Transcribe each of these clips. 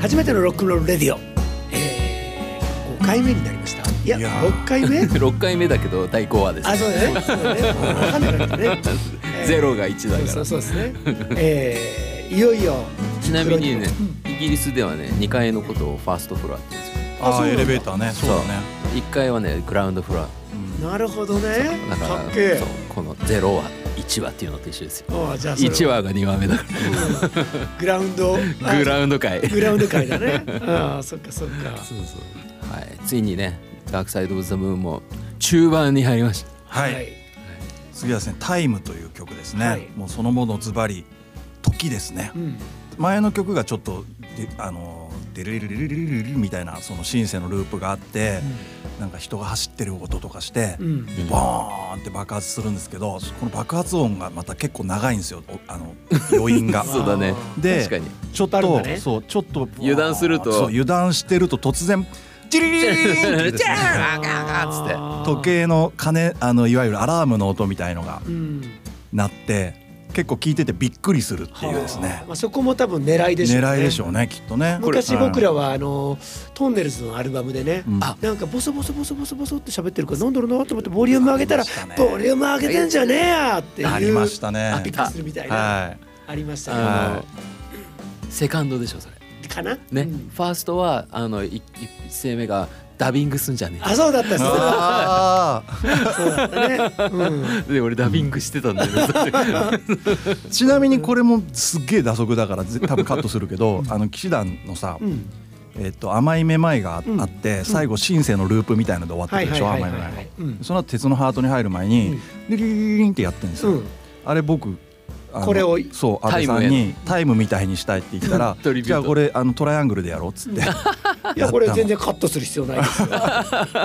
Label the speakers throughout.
Speaker 1: 初めてのロックンロールレディオ、えー、5回目になりましたいや
Speaker 2: いやー
Speaker 1: 6回目
Speaker 3: 六回目だけど第5話です
Speaker 1: あそうだねそうだね分かんなかったね
Speaker 3: ゼロが1だから
Speaker 1: そうそうそうですね、えー、いよいよ
Speaker 3: ちなみにねイギリスではね2階のことをファーストフロアって言うんですよ
Speaker 1: あ
Speaker 2: あ
Speaker 1: そう
Speaker 2: あ
Speaker 1: なんだ
Speaker 2: エレベーターねそうだね
Speaker 3: 1階はねグラウンドフロア
Speaker 1: なるほどね
Speaker 3: だから
Speaker 1: かっけえ
Speaker 3: そうこの0話1話っていうのと一緒ですよ
Speaker 1: ああじゃあそれ
Speaker 3: 1話が2話目だ か
Speaker 1: グラウンド
Speaker 3: らグ
Speaker 1: あ
Speaker 3: ラウンド界
Speaker 1: グラウンド界だねああそっかそっか
Speaker 3: はいついにねダークサイド・オブ・ザ・ムーンも中盤に入りました
Speaker 2: はい、
Speaker 1: はい
Speaker 2: 次はですね「タイムという曲ですね、
Speaker 1: はい
Speaker 2: もうそのものズバリ時ですね、
Speaker 1: うん
Speaker 2: 前の曲がちょっとであのデレレレレレレレみたいなそのシンセのループがあって、なんか人が走ってる音とかして、
Speaker 1: うん
Speaker 2: ボーンって爆発するんですけどこの爆発音がまた結構長いんですよおあの余韻が。
Speaker 3: そうだね
Speaker 2: で
Speaker 3: 確かに
Speaker 2: ちょっ
Speaker 1: あるん
Speaker 2: と、
Speaker 1: だね
Speaker 2: そうちょっと
Speaker 3: 油断すると
Speaker 2: そう油断してると突然ジリリリリリリンってですね
Speaker 3: ガーガーガーっつ
Speaker 1: あー
Speaker 2: 時計の鐘あのいわゆるアラームの音みたいのが
Speaker 1: うん
Speaker 2: 鳴って結構聞いててびっくりするっていうですね
Speaker 1: まあそこも多分狙いでしょうね
Speaker 2: 狙いでしょうねきっとね
Speaker 1: 昔僕ら
Speaker 2: は、
Speaker 1: はあのトンネルズのアルバムでね、
Speaker 2: うん
Speaker 3: あ
Speaker 1: なんかボソボソボソボソボソって喋ってるからなんだろうなと思ってボリューム上げたら
Speaker 2: ありましたね
Speaker 1: ボリューム上げてんじゃねえやっていう
Speaker 2: ありましたね
Speaker 1: あびっくりするみたいな
Speaker 2: は
Speaker 1: ありました
Speaker 3: あ
Speaker 1: ね
Speaker 3: の
Speaker 2: は
Speaker 3: セカンドでしょそれ
Speaker 1: かな
Speaker 3: ね、
Speaker 1: うん
Speaker 3: ファーストはあのいい一声目がダビングすんじゃね
Speaker 1: あそうだった
Speaker 2: い
Speaker 1: そうだ
Speaker 2: あ
Speaker 1: っ
Speaker 2: ー
Speaker 1: たねうん
Speaker 3: えで俺ダビングしてたんだよ
Speaker 2: ちなみにこれもすっげえ打足だからぜ多分カットするけどあの騎士団のさ、
Speaker 1: うん
Speaker 2: えっと甘いめまいがあ
Speaker 1: うん
Speaker 2: あって最後シンセのループみたいので終わって
Speaker 1: はい
Speaker 2: る
Speaker 1: はい
Speaker 2: でしょ
Speaker 1: は
Speaker 2: 甘
Speaker 1: い
Speaker 2: い
Speaker 1: は
Speaker 2: め
Speaker 1: い
Speaker 2: まい
Speaker 1: はい
Speaker 2: が
Speaker 1: うん
Speaker 2: その後鉄のハートに入る前にリリリリリンってやってるんです
Speaker 1: う
Speaker 2: よ
Speaker 1: ん
Speaker 2: あれ僕あの
Speaker 1: これを
Speaker 2: そう安倍さん
Speaker 3: タイムへ
Speaker 2: にタイムみたいにしたいって言っ たら
Speaker 3: トリビュ
Speaker 2: じ
Speaker 3: ート
Speaker 2: ゃあこれあのトライアングルでやろうっつって
Speaker 1: いやこれ全然カットする必要ないです よ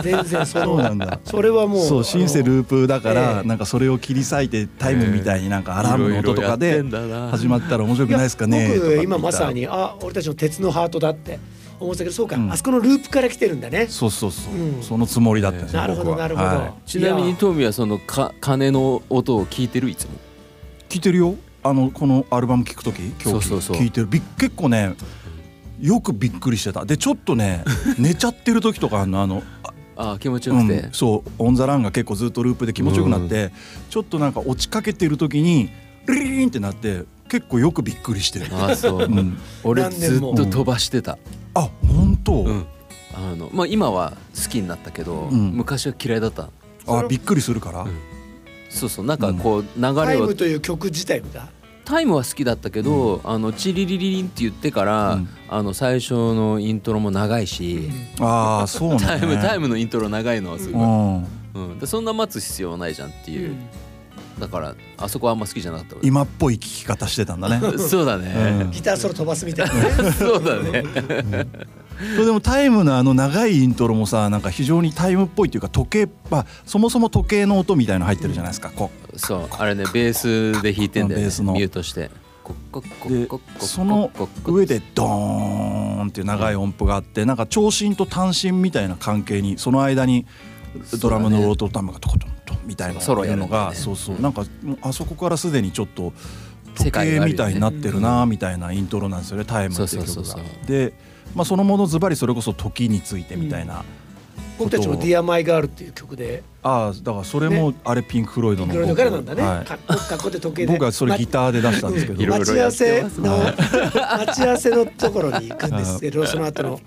Speaker 1: 全然そ
Speaker 2: そうな
Speaker 1: の
Speaker 2: んだ
Speaker 1: それはもう
Speaker 2: そうシンセループだ
Speaker 1: え
Speaker 2: から
Speaker 1: え
Speaker 2: なんかそれを切り裂いてタイムみたいになんかアラームの音とか
Speaker 3: いろい
Speaker 2: で
Speaker 3: ろやってんだな
Speaker 2: 始まったら面白くないですかね
Speaker 1: いや
Speaker 2: とかっ
Speaker 1: 僕
Speaker 2: て言った
Speaker 1: 今
Speaker 2: ら
Speaker 1: まさにあ俺たちの鉄のハートだって思ってたけどそうか、
Speaker 2: うん
Speaker 1: あそこのループから来てるんだね
Speaker 2: そうそうそう、
Speaker 1: うん
Speaker 2: そのつもりだったんですよ
Speaker 1: なるほ
Speaker 2: 僕
Speaker 1: ど
Speaker 2: は
Speaker 1: なるほど、
Speaker 2: は
Speaker 3: ちなみ
Speaker 1: い
Speaker 3: に
Speaker 1: や
Speaker 3: トミーはそのか鐘の音を聞いてるいつも
Speaker 2: い、聞いてるよあのこのアルバム聞くとき
Speaker 3: そ
Speaker 2: 今
Speaker 3: う
Speaker 2: 日
Speaker 3: そうそう
Speaker 2: 聞いてるびっ結構ねよくびっくりしてたでちょっと ね寝ちゃってる時とかあんのあの
Speaker 3: あ気持ちよくて、
Speaker 2: うん、そうオン・ザ・ランが結構ずっとループで気持ちよくなって、ちょっとなんか落ちかけてる時にリリーンってなって結構よくびっくりしてる
Speaker 3: あそ
Speaker 2: う
Speaker 3: う、
Speaker 2: ん
Speaker 3: 俺
Speaker 1: 何
Speaker 3: ずっ
Speaker 1: 年も
Speaker 3: と飛ばしてた、
Speaker 2: あ本当、
Speaker 3: うんあのまあ、今は好きになったけど、
Speaker 2: うん
Speaker 3: 昔は嫌いだった
Speaker 2: あびっくりするから、
Speaker 3: んそうそうなんかこう流れを、
Speaker 1: タイムという曲自体が
Speaker 3: タイムは好きだったけど、あのチリリリリンって言ってから、
Speaker 2: うん
Speaker 3: あの最初のイントロも長いし、
Speaker 2: ああそうなん
Speaker 3: タ
Speaker 2: だ、
Speaker 3: イ
Speaker 2: ね、
Speaker 3: ムタイ
Speaker 2: ム
Speaker 3: ムのイントロ長いのはす
Speaker 2: う
Speaker 3: ごい、
Speaker 2: ん
Speaker 3: うんでそんな待つ必要はないじゃんっていう、だからあそこはあんま好きじゃなかった
Speaker 2: 今っぽい聞き方してたんだ ね
Speaker 3: そうだね、
Speaker 1: ギターソロ飛ばすみたいな ね
Speaker 3: そうだね
Speaker 2: そうでもタイムのあの長いイントロもさなんか非常にタイムっぽいっていうか時計、まあ、そもそも時計の音みたいの入ってるじゃないですかこう
Speaker 3: そうあれねベースで弾いてんだよ、ね、
Speaker 2: ベースの
Speaker 3: ミュートしてコッコッコッ
Speaker 2: で
Speaker 3: コッコッコッコッ
Speaker 2: その上でドーンっていう長い音符があってなんか長針と短針みたいな関係にその間にドラムのロートタムがトコトントンみたいな
Speaker 3: ソロやるんだ
Speaker 2: の
Speaker 3: よね
Speaker 2: がそうそうなんかもうあそこからすでにちょっと時
Speaker 3: 世界
Speaker 2: 計
Speaker 3: があるよね
Speaker 2: みたいになってるなみたいなイントロなんですよね「タイムっていう
Speaker 3: そう
Speaker 2: 曲
Speaker 3: そう
Speaker 2: が
Speaker 3: そう。
Speaker 2: で、まあ、そのものズバリそれこそ「時について」みたいな。
Speaker 1: 僕たちも「
Speaker 2: ことを
Speaker 1: Dear My Girl」っていう曲で
Speaker 2: ああだからそれもあれピンク・フロイドの
Speaker 1: いろいろからなんだね、
Speaker 2: はい
Speaker 1: かっこかっこで時計で
Speaker 2: 僕はそれギターで出したんです けど
Speaker 3: いろいろ
Speaker 1: 待ち合わせの 待ち合わせのところに行くんですけどその後の、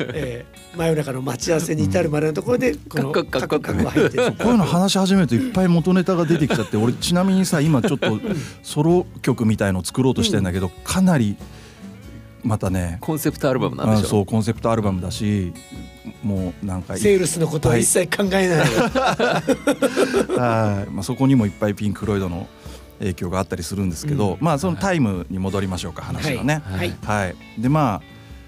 Speaker 1: えー、真夜中の待ち合わせに至るまでのところでこの
Speaker 3: カ
Speaker 1: カ
Speaker 3: ッカッ
Speaker 1: ッ
Speaker 3: カ
Speaker 1: コ
Speaker 3: ッ
Speaker 1: カ
Speaker 3: カッ
Speaker 1: ッコ入ってる
Speaker 2: こういうの話し始めるといっぱい元ネタが出てきちゃって 俺ちなみにさ今ちょっとソロ曲みたいのを作ろうとしてんだけどかなりまたね
Speaker 3: コンセプトアルバムなん
Speaker 2: あ
Speaker 3: でしょ
Speaker 2: そうコンセプトアルバムだしもうなんかい
Speaker 1: セールスのことは一切考えない
Speaker 2: はいまあそこにもいっぱいピンク・フロイドの影響があったりするんですけど、まあそのタイムに戻りましょうか話がね。
Speaker 1: はいはい
Speaker 2: はい、でまあ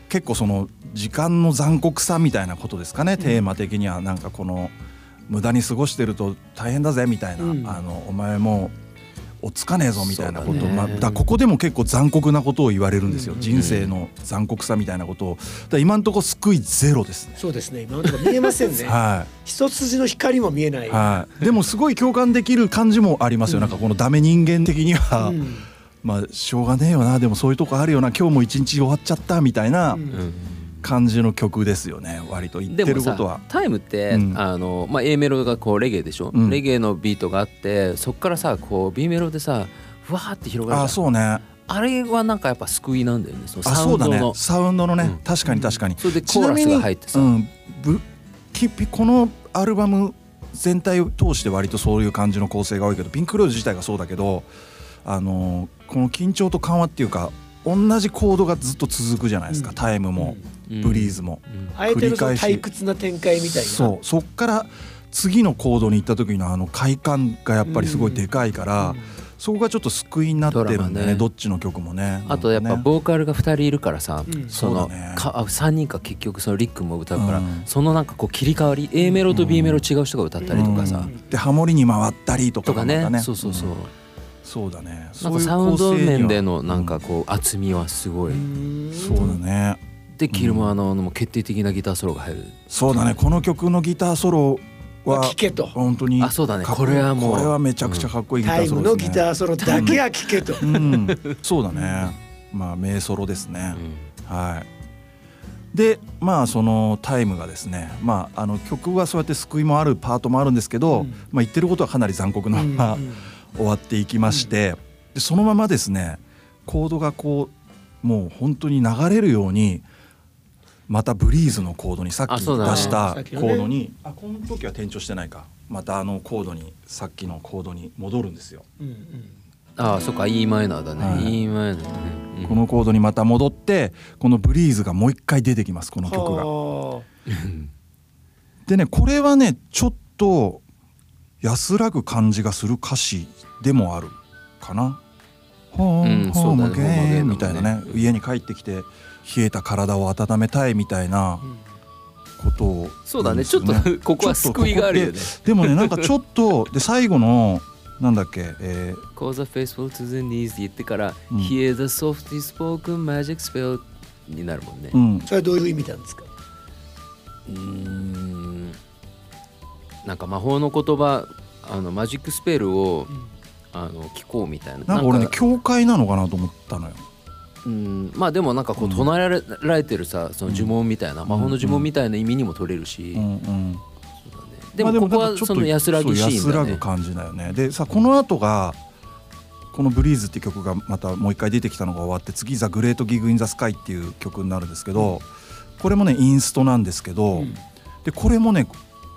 Speaker 2: 結構その時間の残酷さみたいなことですかね、テーマ的にはなんかこの無駄に過ごしてると大変だぜみたいな、
Speaker 1: うん
Speaker 2: あのお前もうおっつかねえぞみたいなこと
Speaker 3: そうだね
Speaker 2: まあ、だからここでも結構残酷なことを言われるんですよ、人生の残酷さみたいなことをだから今のところ救いゼロですね。
Speaker 1: そうですね今のところ見えませんね
Speaker 2: はい
Speaker 1: 一筋の光も見えない、
Speaker 2: はい、でもすごい共感できる感じもありますよ、なんかこのダメ人間的には、
Speaker 1: うん
Speaker 2: まあしょうがねえよなでもそういうとこあるよな今日も一日終わっちゃったみたいな
Speaker 1: うん
Speaker 2: 感じの曲ですよね割と言って
Speaker 3: で
Speaker 2: る
Speaker 3: も
Speaker 2: こ
Speaker 3: さ
Speaker 2: とは。
Speaker 3: タイムって、
Speaker 2: うん
Speaker 3: あのまあ、A メロがこうレゲエでしょ、
Speaker 2: うん
Speaker 3: レゲエのビートがあってそっからさこう B メロでさふわーって広が
Speaker 2: あ
Speaker 3: る
Speaker 2: あ
Speaker 3: じゃん
Speaker 2: そうね
Speaker 3: あれはなんかやっぱ救いなんだよねその
Speaker 2: あ
Speaker 3: サ
Speaker 2: そ
Speaker 3: ウン
Speaker 2: うだ
Speaker 3: ド
Speaker 2: ね
Speaker 3: のそ,、
Speaker 2: サウンドのね、
Speaker 3: うん
Speaker 2: 確かに確かに。
Speaker 3: れでコーラスが入ってさ、
Speaker 2: うん、ぶきこのアルバム全体を通して割とそういう感じの構成が多いけどピンク・ロイド自体がそうだけどあのーこの緊張と緩和っていうか同じコードがずっと続くじゃないですか、
Speaker 1: うん
Speaker 2: タイムも、
Speaker 3: うん
Speaker 2: ブリーズも。
Speaker 3: うん
Speaker 1: あえてのその
Speaker 2: 繰り返し
Speaker 1: 退屈な展開みたいな
Speaker 2: そうそっから次のコードに行った時のあの快感がやっぱりすごいでかいから、そこがちょっと救いになってるんだ
Speaker 3: ドラ
Speaker 2: よ
Speaker 3: マ
Speaker 2: ね
Speaker 3: ね
Speaker 2: どっちの曲もね。
Speaker 3: あとやっぱ
Speaker 2: ね
Speaker 3: ボーカルが2人いるからさ、
Speaker 1: うん
Speaker 3: そ
Speaker 2: そ
Speaker 3: の
Speaker 2: うだね
Speaker 3: かあ3人か結局そのリックも歌うから、
Speaker 2: うん
Speaker 3: そのなんかこう切り替わり A メロと B メロ違う人が歌ったりとかさ、
Speaker 1: うん
Speaker 2: でハモリに回ったりとか
Speaker 3: と
Speaker 2: が
Speaker 3: か
Speaker 2: ま
Speaker 3: ね
Speaker 2: た
Speaker 3: そうそうそう、
Speaker 2: そうだね
Speaker 3: な
Speaker 2: そ
Speaker 3: ん
Speaker 2: う
Speaker 3: か
Speaker 2: いう
Speaker 3: サウンド
Speaker 2: 構成には
Speaker 3: 面でのなんかこう厚みはすごい、
Speaker 2: そうだね
Speaker 3: でキルマーのの決定的なギターソロが入る、
Speaker 2: そうだねこの曲のギターソロ
Speaker 1: は
Speaker 2: は
Speaker 1: 聞けと
Speaker 2: 本当に
Speaker 3: あそうだね
Speaker 2: かっいい
Speaker 3: これはもう
Speaker 2: これはめちゃくちゃかっこいいギタ
Speaker 1: タ
Speaker 2: ー
Speaker 1: イ
Speaker 2: ソ
Speaker 1: ム
Speaker 2: ロ
Speaker 1: の
Speaker 2: で
Speaker 1: ギ
Speaker 2: すね
Speaker 1: ターソロだけは聞けと
Speaker 2: うんそうだねまあ名ソロですね、はいでまあそのタイムがですねまああの曲はそうやって救いもあるパートもあるんですけど、
Speaker 1: うん
Speaker 2: まあ言ってることはかなり残酷なまま、
Speaker 1: うん
Speaker 2: 終わっていきまして、でそのままですねコードがこうもう本当に流れるようにまたブリーズのコードにさっき
Speaker 3: あ
Speaker 2: 出
Speaker 3: そうだね
Speaker 2: した
Speaker 1: さっき
Speaker 2: コ
Speaker 1: のね
Speaker 2: ードにあ,、この時は転調してないかまたあのコードにさっきのコードに戻るんですよ、
Speaker 1: うんうん
Speaker 3: ああそっか E マイナーだね、
Speaker 2: はい
Speaker 3: E マイナーだね、うん
Speaker 2: このコードにまた戻ってこのブリーズがもう一回出てきますこの曲が。
Speaker 1: は
Speaker 2: でねこれはねちょっと安らぐ感じがする歌詞でもあるかな。ホー
Speaker 3: う
Speaker 2: ム
Speaker 3: んそ
Speaker 2: ホー
Speaker 3: うだね
Speaker 2: ムゲーンみたいなね
Speaker 3: ホームゲーンだもんね
Speaker 2: 家に帰ってきて冷えた体を温めたいみたいな
Speaker 1: あうん
Speaker 2: ことを
Speaker 3: そうだね
Speaker 2: 言んですよ
Speaker 3: ちょっと ここは救いがあるよね
Speaker 2: ちょっとここででもねなんかちょっとで最後のなんだっけ、えー
Speaker 3: Cause a faithful to the knees って言ってから、
Speaker 2: うん
Speaker 3: Hear the softly spoken magic spell になるもんね
Speaker 2: う。ん、
Speaker 1: それはどういう意味なんですか
Speaker 3: うーんなんか魔法の言葉あのマジックスペルをあの聞こうみたいな。
Speaker 2: なんか俺ね教会なのかなと思ったのよ。
Speaker 3: うんまあでもなんかこう唱えられてるさその呪文みたいな、魔法の呪文みたいな意味にも取れるし、
Speaker 2: うんうん
Speaker 3: そうだねで
Speaker 2: まあ
Speaker 3: もここ
Speaker 2: なん
Speaker 3: は
Speaker 2: かちょっ
Speaker 3: そ
Speaker 2: と
Speaker 3: の安らぎシーンだ
Speaker 2: そう安らぐ
Speaker 3: ね。
Speaker 2: 感じだよねでさこの後がこの「ブリーズ」って曲がまたもう一回出てきたのが終わって次「ザ・グレート・ギグ・イン・ザ・スカイ」っていう曲になるんですけどこれもねインストなんですけど、
Speaker 1: うん
Speaker 2: でこれもね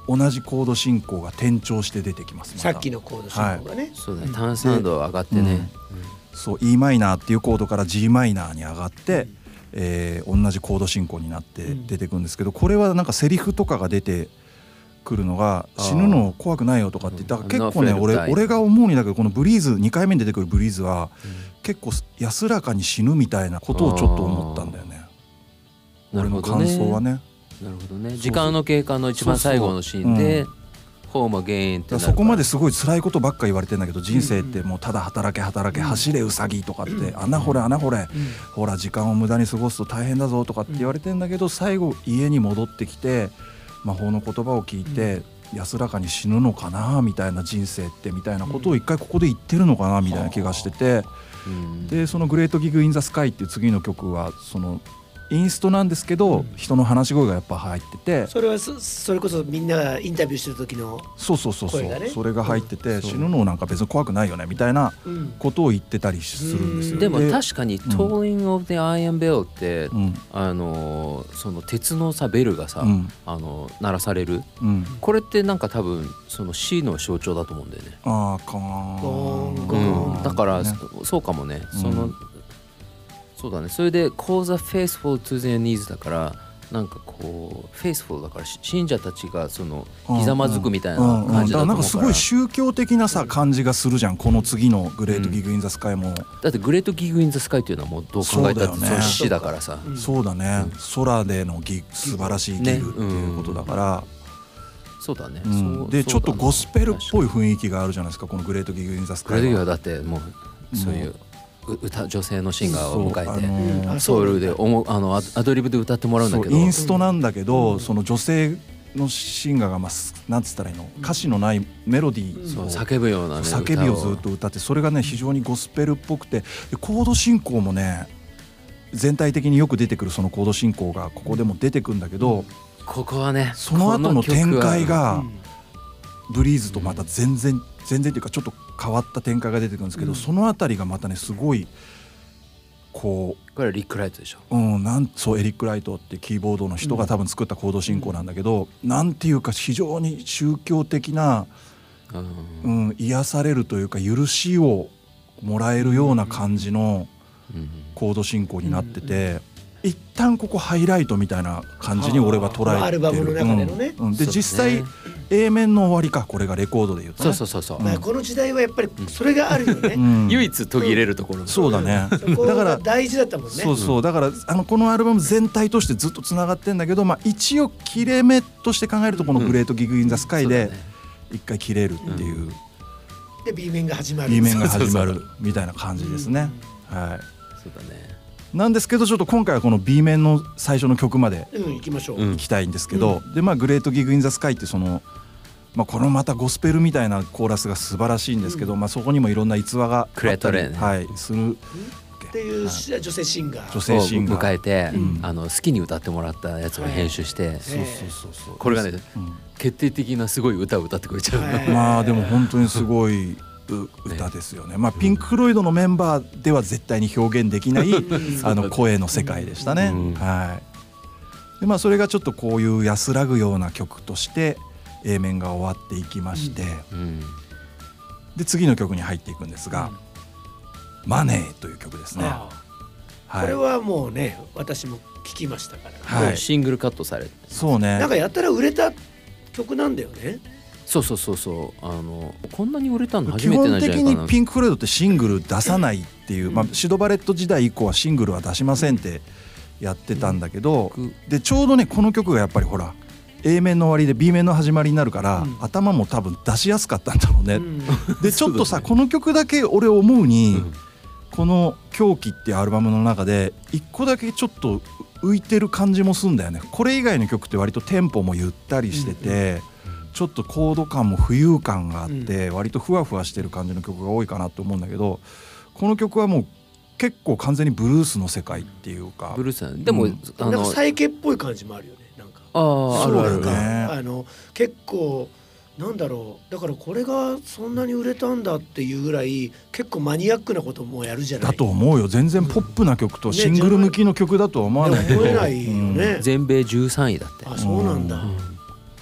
Speaker 2: 同じコード進行が転調して出てきますま
Speaker 1: さ
Speaker 2: た
Speaker 1: っきのコード進行がね
Speaker 3: そうだね炭酸度上がってね。
Speaker 2: そう e マイナーっていうコードから g マイナーに上がって、えー同じコード進行になって
Speaker 1: うん
Speaker 2: 出てくるんですけど、これはなんかセリフとかが出てくるのが「
Speaker 3: あー
Speaker 2: 死ぬの怖くないよ」とかってだから結構ね
Speaker 3: うん Not afraid of
Speaker 2: 俺
Speaker 3: dying
Speaker 2: 俺が思うにだけどこのブリーズ2回目に出てくるブリーズは
Speaker 3: うん
Speaker 2: 結構安らかに死ぬみたいなことをちょっと思ったんだよね
Speaker 3: な
Speaker 2: 俺
Speaker 3: るほ
Speaker 2: の
Speaker 3: ど
Speaker 2: 感
Speaker 3: ね。
Speaker 2: 想はね。
Speaker 3: なるほど
Speaker 2: そ
Speaker 3: ね
Speaker 2: う
Speaker 3: 時間の経過の一番最後のシーンで
Speaker 2: そう
Speaker 3: 「ホームゲーン」っ
Speaker 2: だか
Speaker 3: てな
Speaker 2: ら
Speaker 3: る
Speaker 2: そこまですすごい辛いことばっか言われてんだけど人生ってもうただ働け働け走れウサギとかって穴掘れ穴掘れほら時間を無駄に過ごすと大変だぞとかって言われてんだけど最後家に戻ってきて魔法の言葉を聞いて安らかに死ぬのかなみたいな人生ってみたいなことを一回ここで言ってるのかなみたいな気がしててでその「グレート・ギグ・イン・ザ・スカイ」っていう次の曲はそのインストなんですけど人の話し声がやっぱ入ってて
Speaker 1: それはそそれこそみんながインタビューしてる時の
Speaker 2: そうそうそうそ
Speaker 1: 声が
Speaker 2: う
Speaker 1: ね
Speaker 2: それが入って
Speaker 3: うん
Speaker 2: て
Speaker 3: そう
Speaker 2: 死ぬのなんか別に怖くないよねみたいな
Speaker 1: うん
Speaker 2: ことを言ってたりするんですよ。
Speaker 3: でも
Speaker 2: で
Speaker 3: 確かに「Tolling of the Iron Bell」って、
Speaker 2: うん
Speaker 3: あのーその鉄のさベルがさ、
Speaker 2: うん
Speaker 3: あのー鳴らされる
Speaker 2: うん
Speaker 3: これってなんか多分その死の象徴だと思うんだよね、
Speaker 2: あーかー
Speaker 1: ゴーン
Speaker 2: う
Speaker 1: ゴ
Speaker 2: ん
Speaker 1: ー
Speaker 3: うん、だから、
Speaker 2: ね
Speaker 3: そそうかもね
Speaker 2: うん
Speaker 3: その、そうだねそれで「Call the faithful to their knees」だからなんかこうフェイスフォルだからし信者たちがそのひざまずくみたいな感じだと思うか
Speaker 2: うん
Speaker 3: ら,、
Speaker 2: うんだからなんかすごい宗教的なさ感じがするじゃんこの次の「グレート・ギグ・イン・ザ・スカイも」
Speaker 3: だってグレートギグインザスカイっていうのはもうどう考えたって
Speaker 2: そうだ
Speaker 3: そ
Speaker 2: よね
Speaker 3: の死だからさ。
Speaker 1: うん
Speaker 2: そうだね、空でのギグ素晴らしいギグっていうことだから、
Speaker 3: そうだね。
Speaker 2: うん
Speaker 3: そう
Speaker 2: でちょっとゴスペルっぽ
Speaker 3: い。
Speaker 2: い雰囲気があるじゃないですかこの「グレート・ギグ・イン・ザ・ス
Speaker 3: グ
Speaker 2: カ
Speaker 3: レート
Speaker 2: イ
Speaker 3: ギグ
Speaker 2: は」
Speaker 3: はだってもうそういうう歌女性のシンガーを
Speaker 2: そうあ
Speaker 3: 迎えて
Speaker 2: のー
Speaker 1: うんあ
Speaker 3: ソウルでおもあのアアドリブで歌ってもらうんだ
Speaker 2: そ
Speaker 3: け
Speaker 2: う
Speaker 3: ど
Speaker 2: インストなんだけど、その女性のシンガーがまあすなんつったらいいの歌詞のないメロディー
Speaker 3: そう
Speaker 2: を
Speaker 3: 叫ぶようなね
Speaker 2: 叫びをずっと歌ってそれがね非常にゴスペルっぽくてでコード進行もね全体的によく出てくるそのコード進行がここでも出てくるんだけど
Speaker 3: 歌をここはね
Speaker 2: その後の展開
Speaker 3: この曲は
Speaker 2: が
Speaker 1: うん
Speaker 2: ブリーズとまた全然全然というかちょっと変わった展開が出てくるんですけど、
Speaker 1: うん
Speaker 2: その辺りがまたねすごいこ
Speaker 3: これはリックライトでしょ
Speaker 2: う、うん、なんそうエリック・ライトってキーボードの人が多分作ったコード進行なんだけど、なんていうか非常に宗教的な、
Speaker 3: うん
Speaker 2: うん、癒されるというか許しをもらえるような感じの
Speaker 3: うん
Speaker 2: コード進行になってて。一旦ここハイライトみたいな感じに俺は捉えてる
Speaker 1: あーアルバムの中でのね
Speaker 2: うんうんで
Speaker 3: そうね
Speaker 2: 実際 A 面の終わりかこれがレコードで言うとね
Speaker 3: そうそうそうそう、
Speaker 1: まあこの時代はやっぱりそれがあるよね。
Speaker 2: うん
Speaker 3: 唯一途切れるところ、
Speaker 2: そうだね
Speaker 1: そこ
Speaker 2: だか
Speaker 1: が
Speaker 2: ら
Speaker 1: 大事だったもんね。
Speaker 2: そうそうだからあのこのアルバム全体としてずっとつながってんだけど、まあ、一応切れ目として考えるとこの「グレート・ギグ・イン・ザ・スカイ」で
Speaker 3: そうだね
Speaker 2: 一回切れるっていう
Speaker 1: で B 面が始まる。
Speaker 2: B 面が
Speaker 3: そうそう
Speaker 2: 始
Speaker 3: そう
Speaker 2: まるみたいな感じですね。は
Speaker 3: そうだね
Speaker 2: い、なんですけどちょっと今回はこの B 面の最初の曲まで
Speaker 1: うん行きましょう。
Speaker 3: うん
Speaker 2: 行きたいんですけど、でまあ「グレート・ギグ・イン・ザ・スカイ」ってその、まあ、このまたゴスペルみたいなコーラスが素晴らしいんですけど、まあ、そこにもいろんな逸話があったり
Speaker 3: クレートレーね
Speaker 2: はい、する
Speaker 1: っていうし女性シンガー。
Speaker 2: 女性シンガ
Speaker 3: を迎
Speaker 2: ー。
Speaker 3: えて、
Speaker 2: うん
Speaker 3: あの好きに歌ってもらったやつを編集し
Speaker 2: そう
Speaker 3: て、
Speaker 2: そうそうそう
Speaker 3: これがね
Speaker 2: うん
Speaker 3: 決定的なすごい歌を歌ってくれちゃう、
Speaker 1: はい
Speaker 2: まあでも本当にすごいう歌ですよね。まあピンク・フロイドのメンバーでは絶対に表現できない あの声の世界でしたね
Speaker 3: うん。
Speaker 2: はい。でまあそれがちょっとこういう安らぐような曲として A 面が終わっていきまして、
Speaker 3: うん
Speaker 2: で次の曲に入っていくんですが、マネーという曲ですね。
Speaker 1: ああ
Speaker 2: は
Speaker 1: これ
Speaker 2: い。
Speaker 1: はもうね私も聞きましたから。
Speaker 2: はい
Speaker 3: シングルカットされて
Speaker 2: そうね。
Speaker 1: なんかやったら売れた曲なんだよね。
Speaker 3: そうそうそうそうあのこんなに売れたの初
Speaker 2: 基
Speaker 3: めてな
Speaker 2: 本
Speaker 3: んじゃ
Speaker 2: 的
Speaker 3: ないかな
Speaker 2: にピンク・フロイドってシングル出さないっていう、
Speaker 1: うん
Speaker 2: まあ、シド・バレット時代以降はシングルは出しませんってやってたんだけど、でちょうどねこの曲がやっぱりほら A 面の終わりで B 面の始まりになるから、
Speaker 1: うん
Speaker 2: 頭も多分出しやすかったんだろうね。
Speaker 1: うん
Speaker 2: でちょっとさ、
Speaker 3: そうだね
Speaker 2: この曲だけ俺思うに、
Speaker 3: うん
Speaker 2: この「狂気」っていうアルバムの中で一個だけちょっと浮いてる感じもすんだよねこれ以外の曲って割とテンポもゆったりしてて、ちょっとコード感も浮遊感があって、割とふわふわしてる感じの曲が多いかなと思うんだけどこの曲はもう結構完全にブルースの世界っていうか
Speaker 3: ブルースなんででも、
Speaker 2: うん
Speaker 3: あ
Speaker 1: なん
Speaker 3: の
Speaker 1: かサイケっぽい感じもあるよね。なんか。
Speaker 3: あーあ
Speaker 2: そう
Speaker 3: る
Speaker 2: だ
Speaker 3: あ
Speaker 2: よ
Speaker 3: る
Speaker 2: ね
Speaker 1: なんかあの結構なんだろうだからこれがそんなに売れたんだっていうぐらい結構マニアックなこともやるじゃない
Speaker 2: だと思うよ全然ポップな曲と
Speaker 1: ね
Speaker 2: シングル向きの曲だとは思わないけど、
Speaker 1: 思えないよね、
Speaker 3: 全米13位だって
Speaker 1: あそうなんだ、
Speaker 2: うん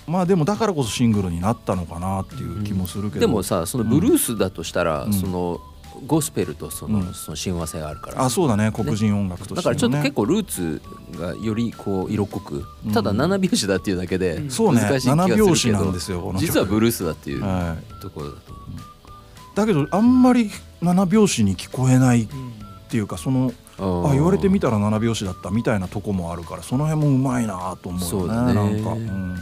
Speaker 2: まあでもだからこそシングルになったのかなっていう気もするけど、
Speaker 3: でもさそのブルースだとしたら、
Speaker 2: うん
Speaker 3: そのゴスペルとその,、
Speaker 2: うん
Speaker 3: その親和性があるから
Speaker 2: あそうだね黒人音楽としてもね
Speaker 3: だからちょっと結構ルーツがよりこう色濃く
Speaker 2: うん
Speaker 3: ただ7拍子だっていうだけで難しい
Speaker 2: そうね
Speaker 3: 気がするけ
Speaker 2: 7
Speaker 3: ど
Speaker 2: 拍子なんですよこの曲
Speaker 3: 実はブルースだっていう
Speaker 2: は
Speaker 3: ところだと思う
Speaker 2: い、だけどあんまり7拍子に聞こえないっ
Speaker 1: うん
Speaker 2: ていうかその
Speaker 3: あ
Speaker 2: あ言われてみたら7拍子だったみたいなとこもあるからその辺もうまいなと思うよね
Speaker 3: そうだね
Speaker 2: なんか、うん、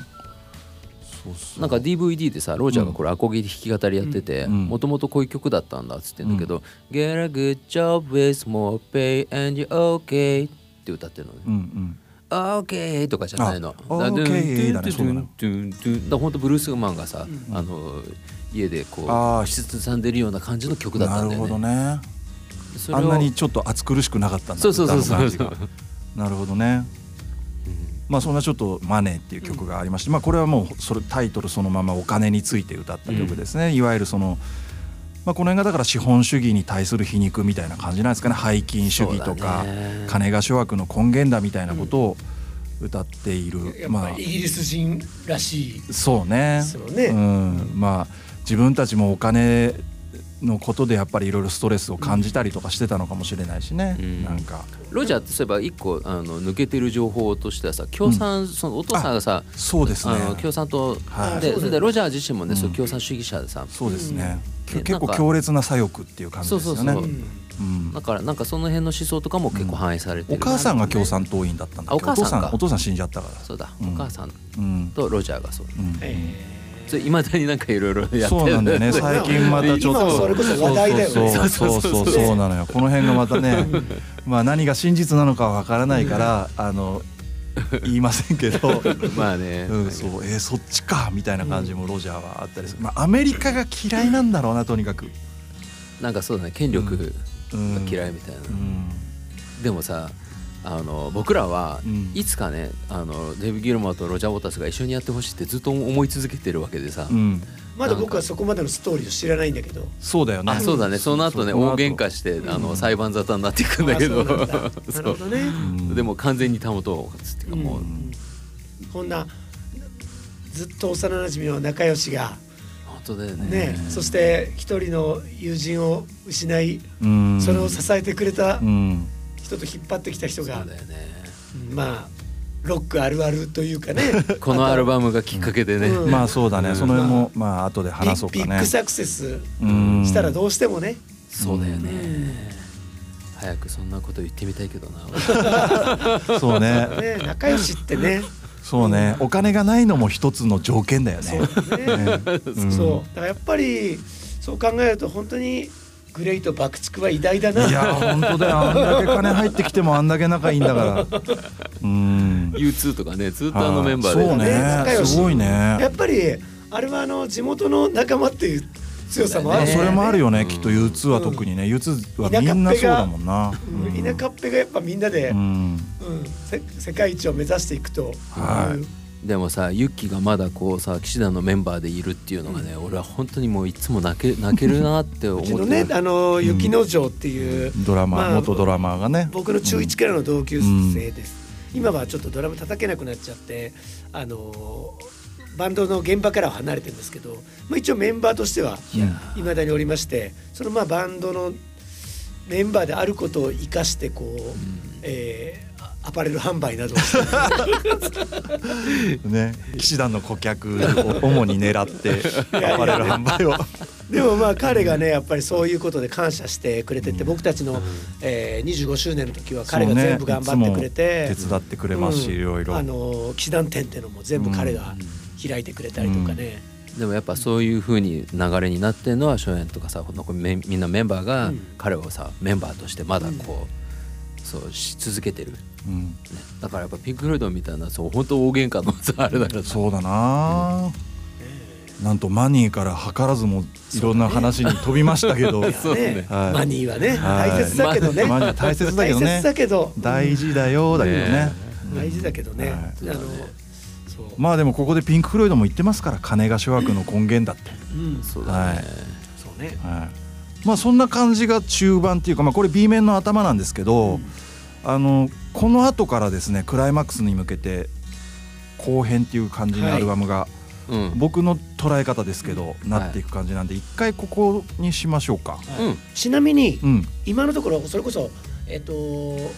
Speaker 2: そうそう
Speaker 3: なんか DVD でさロージャーがこれアコギで弾き語りやってて
Speaker 2: うん
Speaker 3: もともとこういう曲だったんだっつってんだけど「Get a good job with more pay and you're okay」って歌ってるのね
Speaker 2: うんうん
Speaker 3: 「OK」とかじゃないの。
Speaker 2: あ OK だねそうだね
Speaker 3: だほんとブルースマンがさあの家でこ
Speaker 2: あ
Speaker 3: う
Speaker 2: ー
Speaker 3: しつさんでるような感じの曲だった
Speaker 2: なんる
Speaker 3: だ
Speaker 2: ほ
Speaker 3: よ
Speaker 2: ど
Speaker 3: ね。
Speaker 2: ね
Speaker 3: それ
Speaker 2: あ
Speaker 3: を
Speaker 2: んなにちょっと暑苦しくなかったんだ
Speaker 3: そうそうそう
Speaker 2: 歌
Speaker 3: そ
Speaker 2: の感
Speaker 3: う
Speaker 2: じがなるほどね。まあそんなちょっと「マネー」っていう曲がありまして、まあこれはもうそれタイトルそのままお金について歌った曲ですね、いわゆるその、まあ、この辺がだから資本主義に対する皮肉みたいな感じなんですかね背金主義とか、
Speaker 3: そうだね
Speaker 2: 金が諸悪の根源だみたいなことを歌っている、
Speaker 1: やっ
Speaker 2: ま
Speaker 1: ぱ
Speaker 2: あ
Speaker 1: りイギリス人らしい、
Speaker 2: そうね
Speaker 1: そうね
Speaker 2: ん、まあ自分たちもお金のことでやっぱりいろいろストレスを感じたりとかしてたのかもしれないしね、
Speaker 3: うん
Speaker 2: なんか
Speaker 3: ロジャーってそういえば一個あの抜けてる情報としてはさ共産、そのお父さんがさ
Speaker 2: そうですね
Speaker 3: あの共産党、
Speaker 2: はい
Speaker 1: あそうだよ
Speaker 3: で
Speaker 1: ね
Speaker 3: それでロジャー自身もね、そう共産主義者でさ
Speaker 2: そうですね、
Speaker 3: うん
Speaker 2: 結構
Speaker 3: なんか
Speaker 2: 強烈な左翼っていう感じですよね
Speaker 3: そうそうそう
Speaker 2: うん
Speaker 1: ん
Speaker 2: うん
Speaker 3: だからなんかその辺の思想とかも結構反映されてる、
Speaker 2: お母さんが共産党員だったんだけど
Speaker 3: あお母さんか
Speaker 2: お父さんお父さん死んじゃったから
Speaker 3: そうだ、
Speaker 2: うん
Speaker 3: お母さん
Speaker 2: うん
Speaker 3: とロジャーがそうだ
Speaker 2: うん
Speaker 1: え
Speaker 3: それいまだになんかいろいろやってる
Speaker 2: そうなんだよね最近またちょ
Speaker 1: 今
Speaker 2: っ
Speaker 1: は
Speaker 2: と
Speaker 1: それこそ話題だよね
Speaker 2: そうそうそうそうそうなのよこの辺がまたねまあ何が真実なのかはわからないからあの言いませんけ ど、
Speaker 3: まあね、
Speaker 2: うん、そうえーそっちかみたいな感じもロジャーはあったりする、まあ、アメリカが嫌いなんだろうなとにかく、
Speaker 3: なんかそうだね権力
Speaker 2: う
Speaker 3: が
Speaker 2: ん
Speaker 3: 嫌いみたいな、
Speaker 2: うん
Speaker 3: でもさあの僕らは
Speaker 2: うん
Speaker 3: いつかねあのデイブ・ギルモアとロジャー・ウォータースが一緒にやってほしいってずっと思い続けてるわけでさ、
Speaker 2: うん、
Speaker 1: まだ僕はそこまでのストーリーを知らないんだけど
Speaker 2: そうだよね
Speaker 3: あそうだねその後ね
Speaker 2: そう
Speaker 3: 大喧嘩してあの裁判沙汰になっていくんだけど
Speaker 1: あ そうなんだな
Speaker 3: そ
Speaker 1: るほ
Speaker 3: う
Speaker 1: どね、
Speaker 2: うん
Speaker 3: でも完全に保とうっていうかもう、
Speaker 1: うんこんなずっと幼馴染の仲良しが
Speaker 3: 本当だよね
Speaker 1: ね、そして一人の友人を失い、
Speaker 2: うん
Speaker 1: それを支えてくれた
Speaker 2: うん
Speaker 1: 人と引っ張ってきた人
Speaker 3: そうだ
Speaker 1: が、
Speaker 3: よね
Speaker 1: うんまあロックあるあるというかね
Speaker 3: このアルバムがきっかけでね、
Speaker 1: うん
Speaker 2: まあそうだね、
Speaker 3: うん
Speaker 2: その辺もまあ後で話そうか
Speaker 1: ビ
Speaker 2: ね
Speaker 1: ッビッグサクセス
Speaker 2: うん
Speaker 1: したらどうしてもね、
Speaker 3: そうだよね、
Speaker 1: うん
Speaker 3: 早くそんなこと言ってみたいけどな
Speaker 2: そうね
Speaker 1: ね仲良しってね
Speaker 2: そうねお金がないのも一つの条件だよ
Speaker 1: そ
Speaker 2: ね
Speaker 1: うね、
Speaker 2: ん
Speaker 1: そうだからやっぱりそう考えると本当にグレイと爆竹は偉大だない
Speaker 2: や本当だよあんだけ金入ってきてもあんだけ仲いいんだからうん
Speaker 3: U2 とかねずっとあのメンバー
Speaker 2: そう
Speaker 1: ね仲
Speaker 2: ね
Speaker 1: 良し
Speaker 2: すごいね
Speaker 1: やっぱりあれはあの地元の仲間っていう強さもあ
Speaker 2: あ
Speaker 1: るよね
Speaker 2: それもあるよね、
Speaker 3: うん
Speaker 2: きっと U2 は特にね U2 はみんなそうだもんな
Speaker 1: うん田舎っぺがやっぱみんなで、
Speaker 2: う
Speaker 1: うん
Speaker 2: ん
Speaker 1: せ世界一を目指していくと、
Speaker 2: はい
Speaker 1: うん
Speaker 3: でもさユッキーがまだこうさ騎士団のメンバーでいるっていうのがね、俺は本当にもういつも泣け 泣けるなって思
Speaker 1: う
Speaker 3: っ
Speaker 1: ち
Speaker 3: て
Speaker 1: のねあの雪之丞っていう、
Speaker 2: ドラマ、
Speaker 1: まあ
Speaker 2: 元ドラマーがね
Speaker 1: 僕の中1からの同級生です、今はちょっとドラム叩けなくなっちゃってあのバンドの現場からは離れてるんですけど、まあ、一応メンバーとしては
Speaker 2: うん
Speaker 1: いまだにおりましてそのまあバンドのメンバーであることを生かしてこう、えーアアパレル販売などをして
Speaker 2: ね騎士団の顧客を主に狙ってアパレル販売を
Speaker 1: でもまあ彼がねやっぱりそういうことで感謝してくれてて、僕たちの、えー、25周年の時は彼が全部頑張ってくれて、
Speaker 2: そうねいつも手伝ってくれますしいろいろ
Speaker 1: あの騎士団店っていうのも全部彼が開いてくれたりとかね、
Speaker 3: でもやっぱそういう風に流れになってるのは初演とかさこのめみんなメンバーが
Speaker 1: うん
Speaker 3: 彼をさメンバーとしてまだこう、そうし続けてる、ね、
Speaker 2: うん
Speaker 3: だからやっぱピンク・フロイドみたいなそう本当大喧嘩のさあれだからさ
Speaker 2: そうだな、なんとマニーから図らずもいろんな話に飛びましたけど、
Speaker 3: そうね
Speaker 2: はい
Speaker 1: マニーはね、
Speaker 2: はい
Speaker 1: 大切だけどね、
Speaker 2: マニー大切だけどね
Speaker 1: 大切だけど
Speaker 2: 大事だよだけどね
Speaker 3: ね
Speaker 1: うん大事だけどね、
Speaker 2: はい
Speaker 1: あの
Speaker 3: そうだね
Speaker 1: そう、
Speaker 2: まあでもここでピンク・フロイドも言ってますから金が諸悪の根源だって、
Speaker 1: うん、そ
Speaker 3: そうだね、
Speaker 2: はい
Speaker 1: そうね、
Speaker 2: はい、まあそんな感じが中盤っていうか、まあ、これ B 面の頭なんですけど、あのこの後からですねクライマックスに向けて後編っていう感じのアルバムが、
Speaker 3: うん、うん
Speaker 2: 僕の捉え方ですけど、なっていく感じなんで一回ここにしましょうか。
Speaker 1: ちなみに、
Speaker 2: うん、
Speaker 1: 今のところそれこそえっと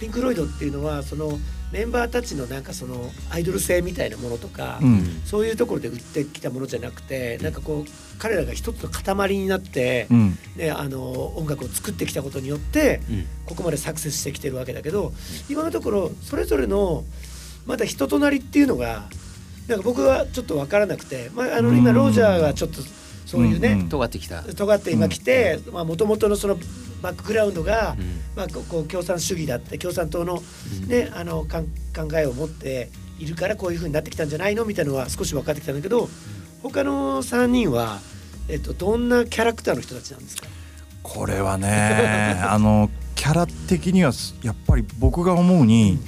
Speaker 1: ピンク・ロイドっていうのはそのメンバーたちのなんかそのアイドル性みたいなものとか、
Speaker 2: うん
Speaker 1: そういうところで売ってきたものじゃなくてなんかこう彼らが一つの塊になって
Speaker 2: う、ん
Speaker 1: ね、あの音楽を作ってきたことによってここまでサクセスしてきてるわけだけど今のところそれぞれのまだ人となりっていうのがなんか僕はちょっと分からなくて、まあ、あの今
Speaker 2: うん
Speaker 1: ロージャーがちょっとそういうね、
Speaker 2: うんうん
Speaker 3: 尖ってきた、
Speaker 1: 尖って今来てもともとのそのバックグラウンドが、
Speaker 3: うん
Speaker 1: まあ、ここう共産主義だって共産党の,、ねあのかん考えを持っているからこういうふうになってきたんじゃないのみたいなのは少し分かってきたんだけど他の3人は、えっと、どんなキャラクターの人たちなんですか
Speaker 2: これは ねあのキャラ的にはすやっぱり僕が思うに、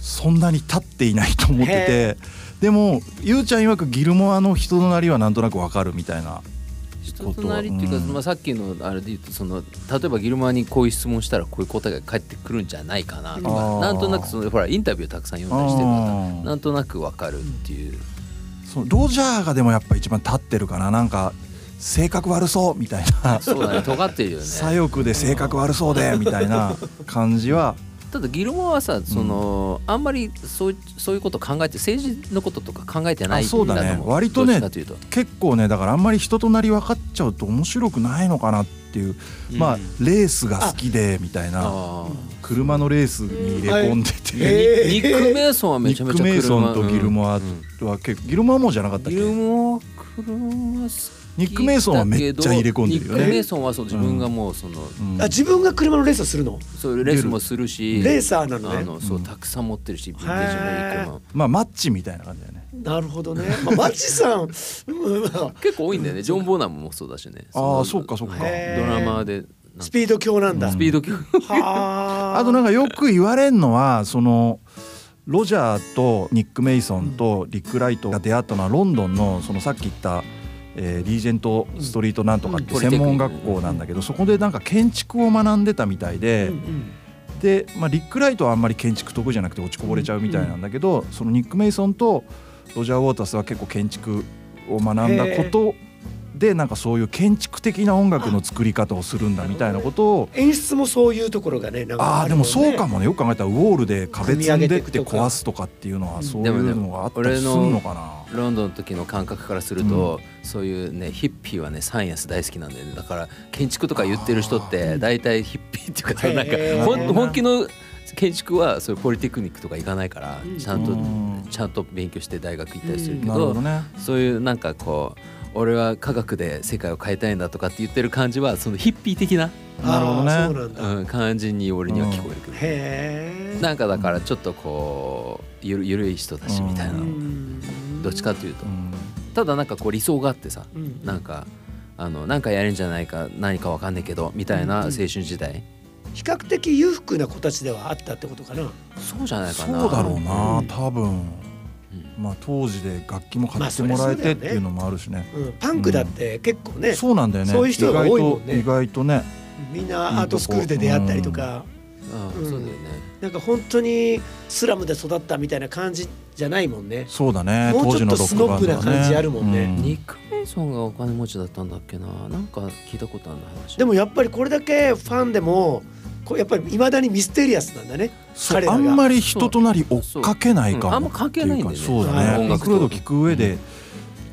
Speaker 2: そんなに立っていないと思っててでもゆうちゃん曰くギルモアの人となりはなんとなくわかるみたいな。
Speaker 3: 人となりっていうか、
Speaker 2: うん
Speaker 3: まあ、さっきのあれで言うとその例えばギルマにこういう質問したらこういう答えが返ってくるんじゃないかなと
Speaker 2: あー
Speaker 3: かなんとなくそのほらインタビューたくさん読んだりしてるか
Speaker 2: あー
Speaker 3: らなんとなくわかるっていう、
Speaker 2: そうロジャーがでもやっぱ一番立ってるかななんか性格悪そうみたいな
Speaker 3: そうだね尖っ てるよね
Speaker 2: 左翼で性格悪そうでみたいな感じは
Speaker 3: ただギルモアはさその、あんまりそうそういうこと考えて政治のこととか考えてない
Speaker 2: あそうだね
Speaker 3: んと思う
Speaker 2: 割とね
Speaker 3: どっちかというと
Speaker 2: 結構ねだからあんまり人となり分かっちゃうと面白くないのかなっていう、まあレースが好きでみたいな
Speaker 3: あ
Speaker 2: 車のレースに入れ込んで
Speaker 3: ー
Speaker 1: う
Speaker 2: て、
Speaker 1: ん はいえー
Speaker 3: ニック・メイソンはめ
Speaker 2: ニ
Speaker 3: ちゃ
Speaker 2: ッ
Speaker 3: め
Speaker 2: ク・
Speaker 3: ちゃ
Speaker 2: メイ
Speaker 3: 車
Speaker 2: ソンとギルモア
Speaker 3: うん
Speaker 2: は結構ギルモアもじゃなかったっ
Speaker 3: ギ
Speaker 2: け
Speaker 3: ルモア車好
Speaker 2: ニック・メイソンはめっちゃ入れ込んでるよ
Speaker 3: ニック・メイ
Speaker 2: ね。
Speaker 3: ソンはその自分がもうその、
Speaker 2: うん
Speaker 1: あ自分が車のレースをするの
Speaker 3: そういうレースもするし
Speaker 1: レーサーなのね
Speaker 3: あのそう
Speaker 2: うん
Speaker 3: たくさん持ってるし、ビンテ
Speaker 1: へ
Speaker 3: ージ
Speaker 1: ー
Speaker 3: のいい車
Speaker 2: まあマッチみたいな感じだよね。
Speaker 1: なるほどね、まあ、マッチさんうんま
Speaker 3: 結構多いんだよねジョン・ボーナムもそうだしね
Speaker 2: あー
Speaker 3: の
Speaker 2: そうかそうか
Speaker 1: へー
Speaker 3: ドラマーで
Speaker 1: あス
Speaker 3: スピ
Speaker 1: ピード強なんだ、
Speaker 2: うん
Speaker 3: スピード級
Speaker 1: は
Speaker 2: あとなん
Speaker 1: か
Speaker 2: かよく言われるのはそのロジャーとニック・メイソンとリック・ライトが出会ったのはロンドンのそのさっき言った、えーリージェント・ストリートなんとかって
Speaker 3: うん
Speaker 2: 専門学校なんだけどそこでなんか建築を学んでたみたいでで、まあ、リック・ライトはあんまり建築得意じゃなくて落ちこぼれちゃうみたいなんだけどそのニック・メイソンとロジャー・ウォータスは結構建築を学んだことでなんかそういう建築的な音楽の作り方をするんだみたいなことを
Speaker 1: 演出もそういうところがねなん
Speaker 2: あ
Speaker 1: か
Speaker 2: あ
Speaker 1: あ
Speaker 2: で
Speaker 1: る
Speaker 2: も
Speaker 1: も
Speaker 2: そ
Speaker 1: ん
Speaker 2: うか
Speaker 1: ね
Speaker 2: もねよく考えたらウォールで壁積んでっ
Speaker 1: 組み上げて
Speaker 2: て
Speaker 1: いくとか
Speaker 2: 壊すとかっていうのはそうい
Speaker 3: でもね
Speaker 2: うのがあったりするのかな。
Speaker 3: ロンドンの時の感覚からすると、そういうねヒッピーはねサイエンス大好きなんだよねだから建築とか言ってる人って大体ヒッピーっていうか、
Speaker 1: へー
Speaker 3: なんか
Speaker 2: へ
Speaker 3: ほ
Speaker 2: ー
Speaker 3: ん本気の建築はそういうポリテクニックとか行かないから、
Speaker 1: うん
Speaker 3: ちゃんと、
Speaker 2: うん
Speaker 3: ちゃんと勉強して大学行ったりするけ
Speaker 2: な
Speaker 3: ど,、
Speaker 2: るほどね。
Speaker 3: そういうなんかこう俺は科学で世界を変えたいんだとかって言ってる感じはそのヒッピー的な、
Speaker 2: なるほどね
Speaker 1: あーそうなんだ、
Speaker 3: うん、感じに俺には聞こえるけど、
Speaker 1: へえ
Speaker 3: なんかだからちょっとこうゆるゆるい人たちみたいなの、どっちかというと
Speaker 2: うん
Speaker 3: ただなんかこう理想があってさ
Speaker 1: うん
Speaker 3: なんかあのなんかやれんじゃないか何かわかんないけどみたいな
Speaker 1: うんう
Speaker 3: 青
Speaker 1: ん
Speaker 3: 春時代、
Speaker 1: 比較的裕福な子たちではあったってことかな
Speaker 3: そうじゃないかな
Speaker 2: そうだろうな
Speaker 1: うん
Speaker 2: 多分
Speaker 3: うん
Speaker 2: まあ当時で楽器も買ってもらえてっていうのもあるしね。
Speaker 1: うん、パンクだって結構ね、
Speaker 2: そうなんだよね。
Speaker 1: そういう人が多いもんね
Speaker 2: 意外と意外とね。
Speaker 1: みんなアートスクールで出会ったりとか、
Speaker 3: ああ
Speaker 1: うん
Speaker 3: そうだよね
Speaker 1: なんか本当にスラムで育ったみたいな感じじゃないもんね
Speaker 2: そうだね。
Speaker 1: もう
Speaker 2: 当
Speaker 1: ちょっ
Speaker 2: 時の
Speaker 1: と
Speaker 2: ロックバンドは
Speaker 1: スノブな感じあるもんね
Speaker 2: うん
Speaker 3: ニック・メイソンがお金持ちだったんだっけななんか聞いたことあるな話
Speaker 1: でもやっぱりこれだけファンでもこうやっぱりいまだにミステリアスなんだね
Speaker 2: そう
Speaker 1: 彼ら
Speaker 2: あ
Speaker 1: が
Speaker 2: んまり人となり追っかけないかも
Speaker 3: そううんあんま関係ないんだよ
Speaker 2: っ
Speaker 3: ね
Speaker 2: てうかそうだね
Speaker 1: 音
Speaker 3: 楽と
Speaker 2: クロード聞く上で、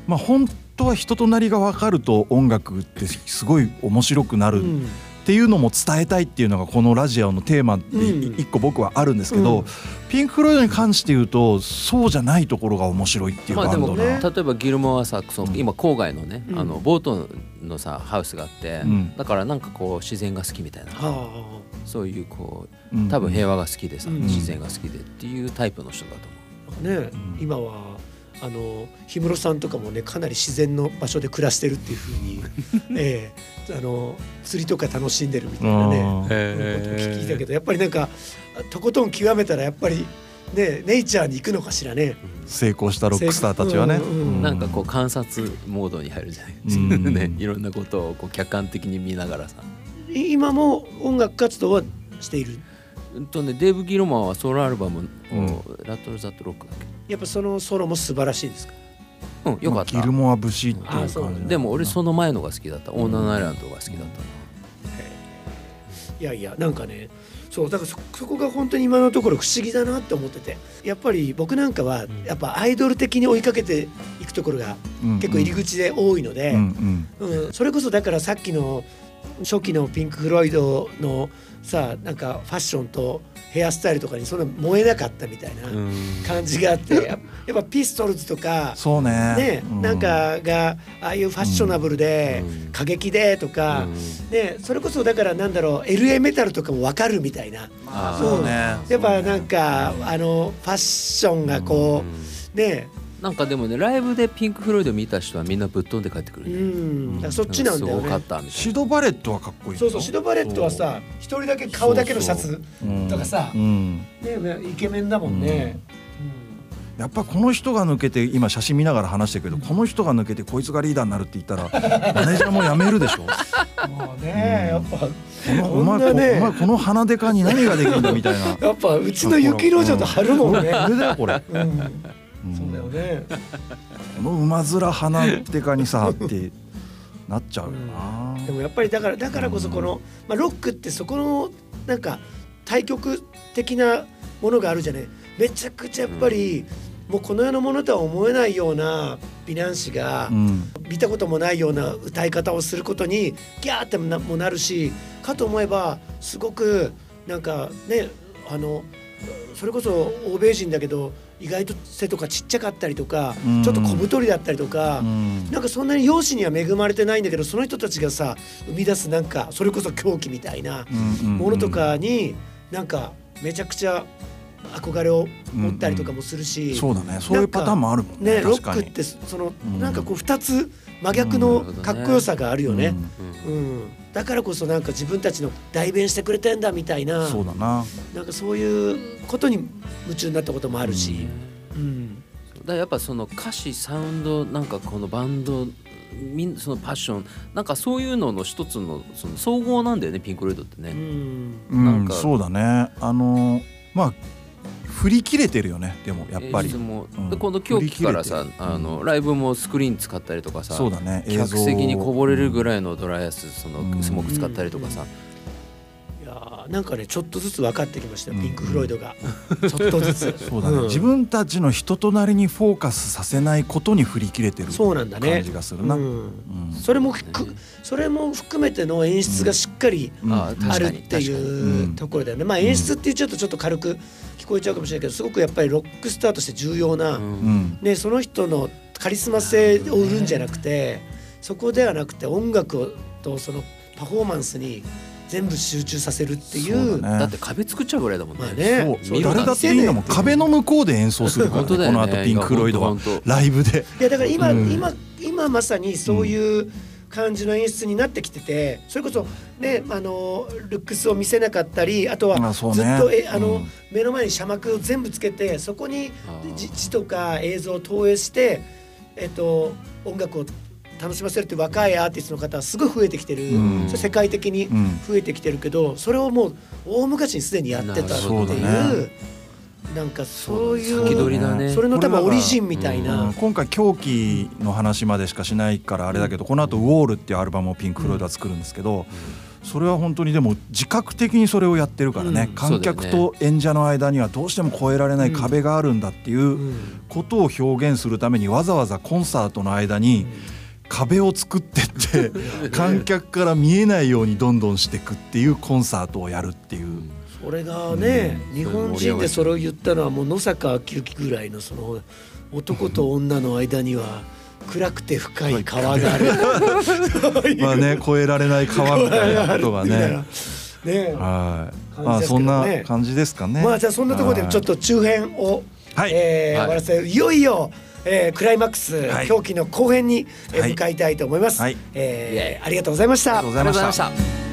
Speaker 2: まあ本当は人となりが分かると音楽ってすごい面白くな
Speaker 1: う
Speaker 2: るっ
Speaker 1: ん
Speaker 2: ていうのも伝えたいっていうのがこのラジオのテーマで
Speaker 1: うん
Speaker 2: 一個僕はあるんですけど、
Speaker 1: うん
Speaker 2: ピンク・フロイドに関して言うとそうじゃないところが面白いっていう
Speaker 3: まあ
Speaker 2: バ
Speaker 3: で
Speaker 2: ン
Speaker 3: も
Speaker 2: ド
Speaker 3: 例
Speaker 1: ね。
Speaker 2: な
Speaker 3: えばギルモア・サックソン、
Speaker 2: うん
Speaker 3: 今郊外のね、
Speaker 1: うん
Speaker 3: あのボートのさハウスがあって、
Speaker 2: うん
Speaker 3: だからなんかこう自然が好きみたいな
Speaker 1: は
Speaker 3: そういうこ
Speaker 2: うん
Speaker 3: う多分平和が好きでさ、
Speaker 1: うん
Speaker 3: 自然が好きでっていうタイプの人だと思う
Speaker 1: あね今はあの氷室さんとかもねかなり自然の場所で暮らしてるっていうふうに、 ええあの釣りとか楽しんでるみたいなね
Speaker 2: うん。
Speaker 1: ことを聞いたけどやっぱりなんかとことん極めたらやっぱりねネイチャーに行くのかしらね。
Speaker 2: 成功したロックスターたちはね、
Speaker 1: 成功うんうんうん
Speaker 3: なんかこう観察モードに入るじゃないです
Speaker 2: う
Speaker 3: か、
Speaker 2: ん
Speaker 3: ね、いろんなことをこう客観的に見ながらさ。
Speaker 1: い今も音楽活動はしている
Speaker 3: うんとね、デーブ・ギロマーはソロアルバムを「ラトル・ザ・ット・ロック」だっ
Speaker 1: やっぱそのソロも素晴らしいですか
Speaker 3: けうんよかっ
Speaker 2: まあ
Speaker 3: た
Speaker 2: ギルモア節っていう
Speaker 1: あ
Speaker 2: 感
Speaker 1: そう
Speaker 2: じ。
Speaker 3: でも俺その前のが好きだった「オーナーアイランド」が好きだっ
Speaker 1: いやいやなんかねそうだからそそこが本当に今のところ不思議だなって思っててやっぱり僕なんかは
Speaker 3: ん
Speaker 1: やっぱアイドル的に追いかけていくところが
Speaker 2: うん
Speaker 1: 結構入り口で多いので、
Speaker 2: うんうん
Speaker 1: うん、それこそだからさっきの初期のピンク・フロイドのさなんかファッションとヘアスタイルとかにそんな燃えなかったみたい
Speaker 3: たな
Speaker 1: な感じがあって、やっやっぱピストルズとか
Speaker 2: そうね。
Speaker 1: ね、
Speaker 2: う
Speaker 1: なんかがああいうファッショナブルで、
Speaker 3: うん
Speaker 1: 過激でとか、
Speaker 3: うん
Speaker 1: ね、それこそだからなんだろう LA メタルとかも分かるみたいな
Speaker 3: あー
Speaker 1: そう
Speaker 2: ね
Speaker 1: やっぱなんか、あのファッションがこう、ね
Speaker 3: なんかでもねライブでピンク・フロイド見た人はみんなぶっ飛んで帰ってく
Speaker 1: う
Speaker 3: るね、
Speaker 1: ん、だからそっちなんだよ
Speaker 3: すごかっ
Speaker 1: ね。
Speaker 3: たみたい
Speaker 2: シ
Speaker 3: な
Speaker 2: ドバレットはかっこいいよ
Speaker 1: そうそうシドバレットはさ一人だけ顔だけのシャツ
Speaker 2: うん
Speaker 1: とかさ
Speaker 2: うん
Speaker 1: ねイケメンだもんね。
Speaker 2: やっぱこの人が抜けて今写真見ながら話してるけどこの人が抜けてこいつがリーダーになるって 言ったらマネージャーも辞めるでしょこ
Speaker 1: もうねやっぱ
Speaker 2: のお
Speaker 1: こ
Speaker 2: 前
Speaker 1: んなね
Speaker 2: こお前この鼻でかに何ができるんだみたいな
Speaker 1: やっぱうちの雪の女と春もんね。
Speaker 2: これだよこれ、
Speaker 1: うん、
Speaker 2: うん
Speaker 1: そうだよね。
Speaker 2: この馬面鼻でかにさってなっちゃうよな、
Speaker 1: でもやっぱりだからだからこそこの、まあ、ロックってそこのなんか対極的なものがあるじゃないめちゃくちゃやっぱり、もうこの世のものとは思えないような美男子が、
Speaker 2: うん
Speaker 1: 見たこともないような歌い方をすることにギャーってもなもなるしかと思えばすごくなんかねあのそれこそ欧米人だけど意外と背とかちっちゃかったりとか、
Speaker 2: うん
Speaker 1: ちょっと小太りだったりとか、
Speaker 2: うん
Speaker 1: なんかそんなに容姿には恵まれてないんだけどその人たちがさ生み出すなんかそれこそ狂気みたいな
Speaker 2: うんうん
Speaker 1: ものとかになんかめちゃくちゃ憧れを持ったりとかもするし、
Speaker 2: そうだねそういうパターンもあるもんね
Speaker 1: ね、ロ
Speaker 2: 確
Speaker 1: ッ
Speaker 2: か
Speaker 1: ク
Speaker 2: に
Speaker 1: ってその、
Speaker 2: うん
Speaker 1: なんかこう2つ真逆のかっこよさがあるよね、うんだからこそなんか自分たちの代弁してくれてんだみたい
Speaker 2: うん
Speaker 1: な
Speaker 2: そうだな
Speaker 1: なんかそういうことに夢中になったこともあるし、うん
Speaker 3: だからやっぱその歌詞サウンドなんかこのバンドみんそのパッションなんかそういうのの一つのその総合なんだよねピンク・ロイドって
Speaker 1: う
Speaker 3: ね。
Speaker 1: ん
Speaker 2: うん
Speaker 3: なんか
Speaker 2: そうだねあのまあ振り切れてるよねでもやっぱ
Speaker 3: 演
Speaker 2: り
Speaker 3: 出も
Speaker 2: うん
Speaker 3: でこの狂気からさ
Speaker 2: 振り切れてる
Speaker 3: あのライブもスクリーン使ったりとかさ、
Speaker 2: そうだね映像
Speaker 3: 客席にこぼれるぐ
Speaker 2: い
Speaker 3: らいのドライアイスそ
Speaker 2: うん
Speaker 3: のスモーク使ったりとかさ、
Speaker 1: いやーなんかねちょっとずつ分かってきましたよ、
Speaker 2: うん
Speaker 1: ピンク・フロイドがちょっとずつ
Speaker 2: そうだね、
Speaker 1: ん
Speaker 2: 自分たちの人となりにフォーカスさせないことに振り切れてる
Speaker 1: そうなんだね
Speaker 2: 感じがするな、
Speaker 1: う
Speaker 2: うん
Speaker 1: んそれもくそれも含めての演出がしっかり
Speaker 2: うん
Speaker 3: あ
Speaker 1: あ
Speaker 3: 確
Speaker 1: るっ
Speaker 3: かに
Speaker 1: て
Speaker 2: 確
Speaker 1: い
Speaker 2: か
Speaker 1: う
Speaker 2: に
Speaker 1: ところだよね、まあ演出っていうちょっとちょっと軽く聞こえちゃうかもしれないけどすごくやっぱりロックスターとして重要な、
Speaker 3: うん
Speaker 2: うん
Speaker 1: ね、その人のカリスマ性を売るんじゃなくてそこではなくて音楽をとそのパフォーマンスに全部集中させるってい
Speaker 2: そううだね
Speaker 3: だって壁作っちゃうぐらいだもんね。
Speaker 1: まあね
Speaker 2: そう
Speaker 3: そう
Speaker 2: 誰だっていいのも
Speaker 1: 見る
Speaker 2: 壁の向こうで演奏するから、ね、
Speaker 3: 本当だよね
Speaker 2: この後ピンク・ロイドは
Speaker 3: 本当本当
Speaker 2: ライブで
Speaker 1: いやだから今、
Speaker 2: うん
Speaker 1: 今今まさにそういう感じの演出になってきててそれこそねあのルックスを見せなかったりあとは
Speaker 2: あそうね
Speaker 1: ずっとえあ
Speaker 2: う
Speaker 1: の
Speaker 2: ん
Speaker 1: 目の前に写幕を全部つけてそこに
Speaker 3: あー
Speaker 1: じ字とか映像を投影してえっと音楽を楽しませるっていう若いアーティストの方はすごい増えてきてる、
Speaker 2: うん
Speaker 1: それ世界的に
Speaker 2: うん
Speaker 1: 増えてきてるけどそれをもう大昔にすでにやってたってい
Speaker 2: そう
Speaker 1: う
Speaker 2: だね
Speaker 1: なんかそういう
Speaker 3: 先取りだね。
Speaker 1: それの多分オリジンみたいな。
Speaker 2: うん今回狂気の話までしかしないからあれだけどこの後ウォール」っていうアルバムをピンク・フロイドは作るんですけどそれは本当にでも自覚的にそれをやってるからね、
Speaker 1: うん
Speaker 2: 観客と演者の間にはどうしても越えられない壁があるんだっていうことを表現するためにわざわざコンサートの間に壁を作ってって観客から見えないようにどんどんしていくっていうコンサートをやるっていう。
Speaker 1: それがね、日本人でそれを言ったのはもう野坂昭之ぐらいのその男と女の間には暗くて深い川がある。そう いう
Speaker 2: まあね、越えられない川みたいな ことが
Speaker 1: みたい
Speaker 2: ね
Speaker 1: な。ね
Speaker 2: はい。ま
Speaker 1: 感じです
Speaker 2: あ
Speaker 1: け
Speaker 2: そ
Speaker 1: どね
Speaker 2: んな感じですかね。
Speaker 1: まあじゃあそんなところでちょっ
Speaker 2: は
Speaker 1: と中編を、
Speaker 2: はい
Speaker 1: えー
Speaker 3: は
Speaker 1: 終
Speaker 3: い
Speaker 1: わらせるいよいよ、えー、クライマックス、
Speaker 2: はい
Speaker 1: 狂気の後編に、えー
Speaker 2: はい
Speaker 1: 向かいたいと思います、
Speaker 2: はい
Speaker 1: えーありがとうございました
Speaker 2: いありがとうございました。
Speaker 3: た。